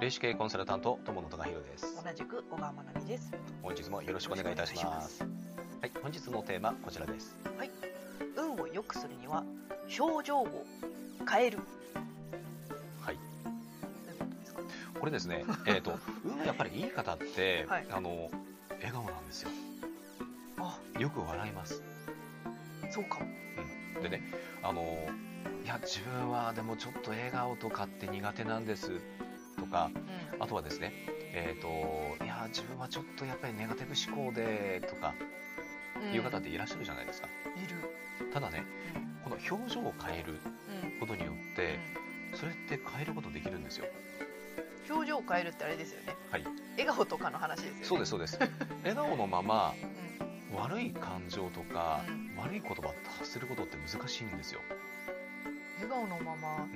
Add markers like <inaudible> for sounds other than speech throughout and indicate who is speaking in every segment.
Speaker 1: 霊視系コンサルタント友野貴弘です
Speaker 2: 同じく小川まなみです。
Speaker 1: 本日もよろしくお願いいたしますはい本日のテーマこちらです
Speaker 2: 運を良くするには表情を変える
Speaker 1: はい
Speaker 2: ということですか。
Speaker 1: これですね <laughs> えっと運がやっぱりいい方って、
Speaker 2: はい
Speaker 1: あの笑顔なんですよ
Speaker 2: あ、
Speaker 1: よく笑います
Speaker 2: そうかも。
Speaker 1: でねあのいや自分はでもちょっと笑顔とかって苦手なんですとか
Speaker 2: うん。
Speaker 1: あとはですね、えー、といや自分はちょっとやっぱりネガティブ思考でとか
Speaker 2: うん
Speaker 1: いう方っていらっしゃるじゃないですか、
Speaker 2: いる。
Speaker 1: ただね
Speaker 2: う
Speaker 1: こ
Speaker 2: ん
Speaker 1: の表情を変えることによっ
Speaker 2: う
Speaker 1: て
Speaker 2: ん
Speaker 1: それって変えることできるんですよ
Speaker 2: うん。表情を変えるってあれですよね。
Speaker 1: はい
Speaker 2: 笑顔とかの話ですよね。。
Speaker 1: そうですすそうです
Speaker 2: <laughs>
Speaker 1: 笑顔のまま
Speaker 2: うん。
Speaker 1: 悪い感情とか
Speaker 2: うん
Speaker 1: 悪い言葉を発することって難しいんですよ、
Speaker 2: 笑顔のまま。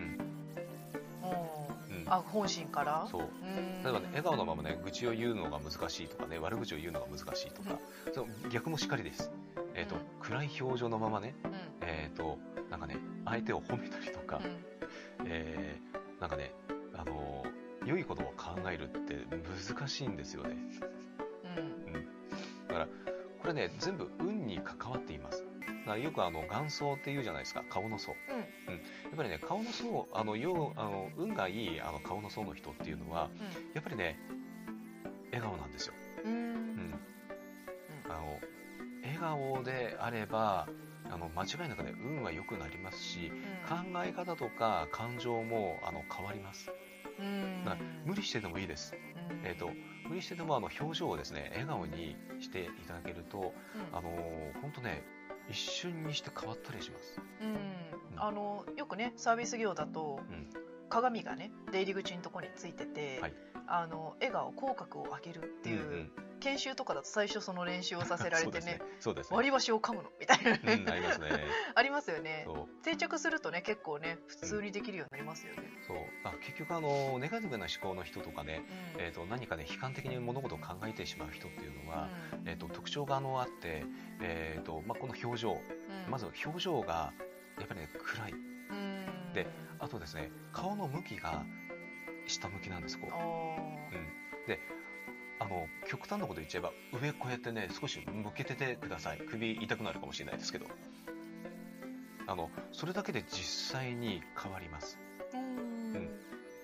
Speaker 2: おー
Speaker 1: うん、
Speaker 2: あ、本心から。
Speaker 1: そう
Speaker 2: うーん。
Speaker 1: 例えばね笑顔のままね愚痴を言うのが難しいとかね悪口を言うのが難しいとか、その逆もしっかりです、えーと
Speaker 2: うん
Speaker 1: 暗い表情のままね
Speaker 2: うん。
Speaker 1: えっ、となんかね相手を褒めたりとか、
Speaker 2: うん。
Speaker 1: えーなんかねあのー良いことを考えるって難しいんですよね
Speaker 2: うん。
Speaker 1: だからこれね全部運に関わっていますだからよくあの眼相って言うじゃないですか顔の層や
Speaker 2: うん。
Speaker 1: っぱりね顔の層あのようあの運がいいあの顔の層の人っていうのはやっぱりね笑顔なんですよ
Speaker 2: うん。う
Speaker 1: うん
Speaker 2: ん。
Speaker 1: あの笑顔であればあの間違いなくね運は良くなりますし考え方とか感情もあの変わります
Speaker 2: うん。
Speaker 1: だから無理してでもいいです、
Speaker 2: うん。
Speaker 1: えー、と無理してでもあの表情をですね笑顔にしていただけるとあの本当ね一瞬にして変わったりします
Speaker 2: うん。うん。あのよくねサービス業だと
Speaker 1: うん
Speaker 2: 鏡がね出入り口のところについてて、
Speaker 1: はい
Speaker 2: あの笑顔口角を上げるっていう、
Speaker 1: んん
Speaker 2: 研修とかだと最初その練習をさせられ
Speaker 1: <laughs> そう
Speaker 2: て
Speaker 1: で
Speaker 2: ね
Speaker 1: すそうですね
Speaker 2: 割り箸を噛むのみたいな、
Speaker 1: うん、ありますね
Speaker 2: <laughs> ありますよね
Speaker 1: そう
Speaker 2: 定着するとね結構ね普通にできるようになりますよね、
Speaker 1: そうあ結局あのネガティブな思考の人とかね、
Speaker 2: うん
Speaker 1: えー、と何かね悲観的に物事を考えてしまう人っていうのは、えー、と特徴があのあって、えーとまあ、この表情
Speaker 2: うん
Speaker 1: まず表情がやっぱりね暗い
Speaker 2: うん
Speaker 1: であとですね顔の向きが下向きなんですこう
Speaker 2: あー
Speaker 1: あの極端なこと言っちゃえば上こうやってね少し向けててください首痛くなるかもしれないですけどあのそれだけで実際に変わります
Speaker 2: うん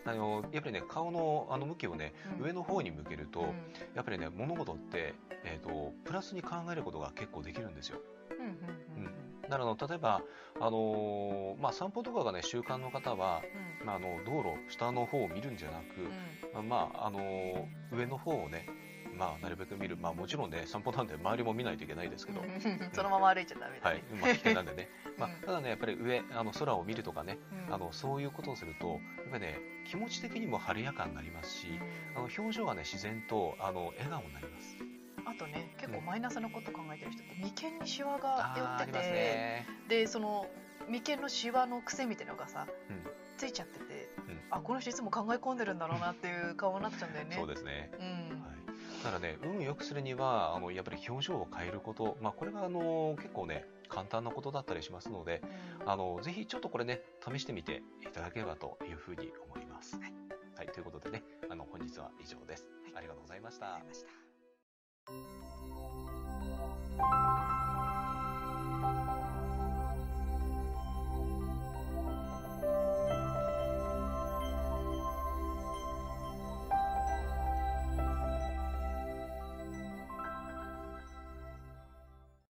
Speaker 1: あのやっぱりね顔のあの向きをね
Speaker 2: うん
Speaker 1: 上の方に向けると、
Speaker 2: うん
Speaker 1: やっぱりね物事って、えー、とプラスに考えることが結構できるんですよ
Speaker 2: うんうんうんうん
Speaker 1: だからあの例えば、あのーまあ、散歩とかがね習慣の方は、まあ、あの道路下の方を見るんじゃなく、まあまああの上の方をね、まあ、なるべく見る、まあ、もちろんね散歩なんで周りも見ないといけないですけど、
Speaker 2: うんうんそのまま歩いちゃダメだ
Speaker 1: はい
Speaker 2: ね、
Speaker 1: まあ、危険なん
Speaker 2: <laughs>
Speaker 1: でね、まあ
Speaker 2: うん、
Speaker 1: ただねやっぱり上あの空を見るとかね
Speaker 2: うん
Speaker 1: あのそういうことをするとやっぱりね気持ち的にも晴れやかになりますしあの表情がね自然とあの笑顔になります。
Speaker 2: あとね結構マイナスなこと考えてる人って眉間にシワが寄
Speaker 1: あーあ
Speaker 2: っ
Speaker 1: り
Speaker 2: て
Speaker 1: ます
Speaker 2: て
Speaker 1: ね。
Speaker 2: でその眉間のシワの癖みたいなのがさ、
Speaker 1: うん
Speaker 2: ついちゃってて、
Speaker 1: うん
Speaker 2: あこの人いつも考え込んでるんだろうなっていう顔になっちゃうんだよね。
Speaker 1: そうですね。
Speaker 2: うん
Speaker 1: はい、だからね運を良くするにはあのやっぱり表情を変えること、まあ、これがあの結構ね簡単なことだったりしますのであのぜひちょっとこれね試してみていただければというふうに思います。はい、ということでねあの本日は以上です。ありがとうございました
Speaker 2: わかり。ました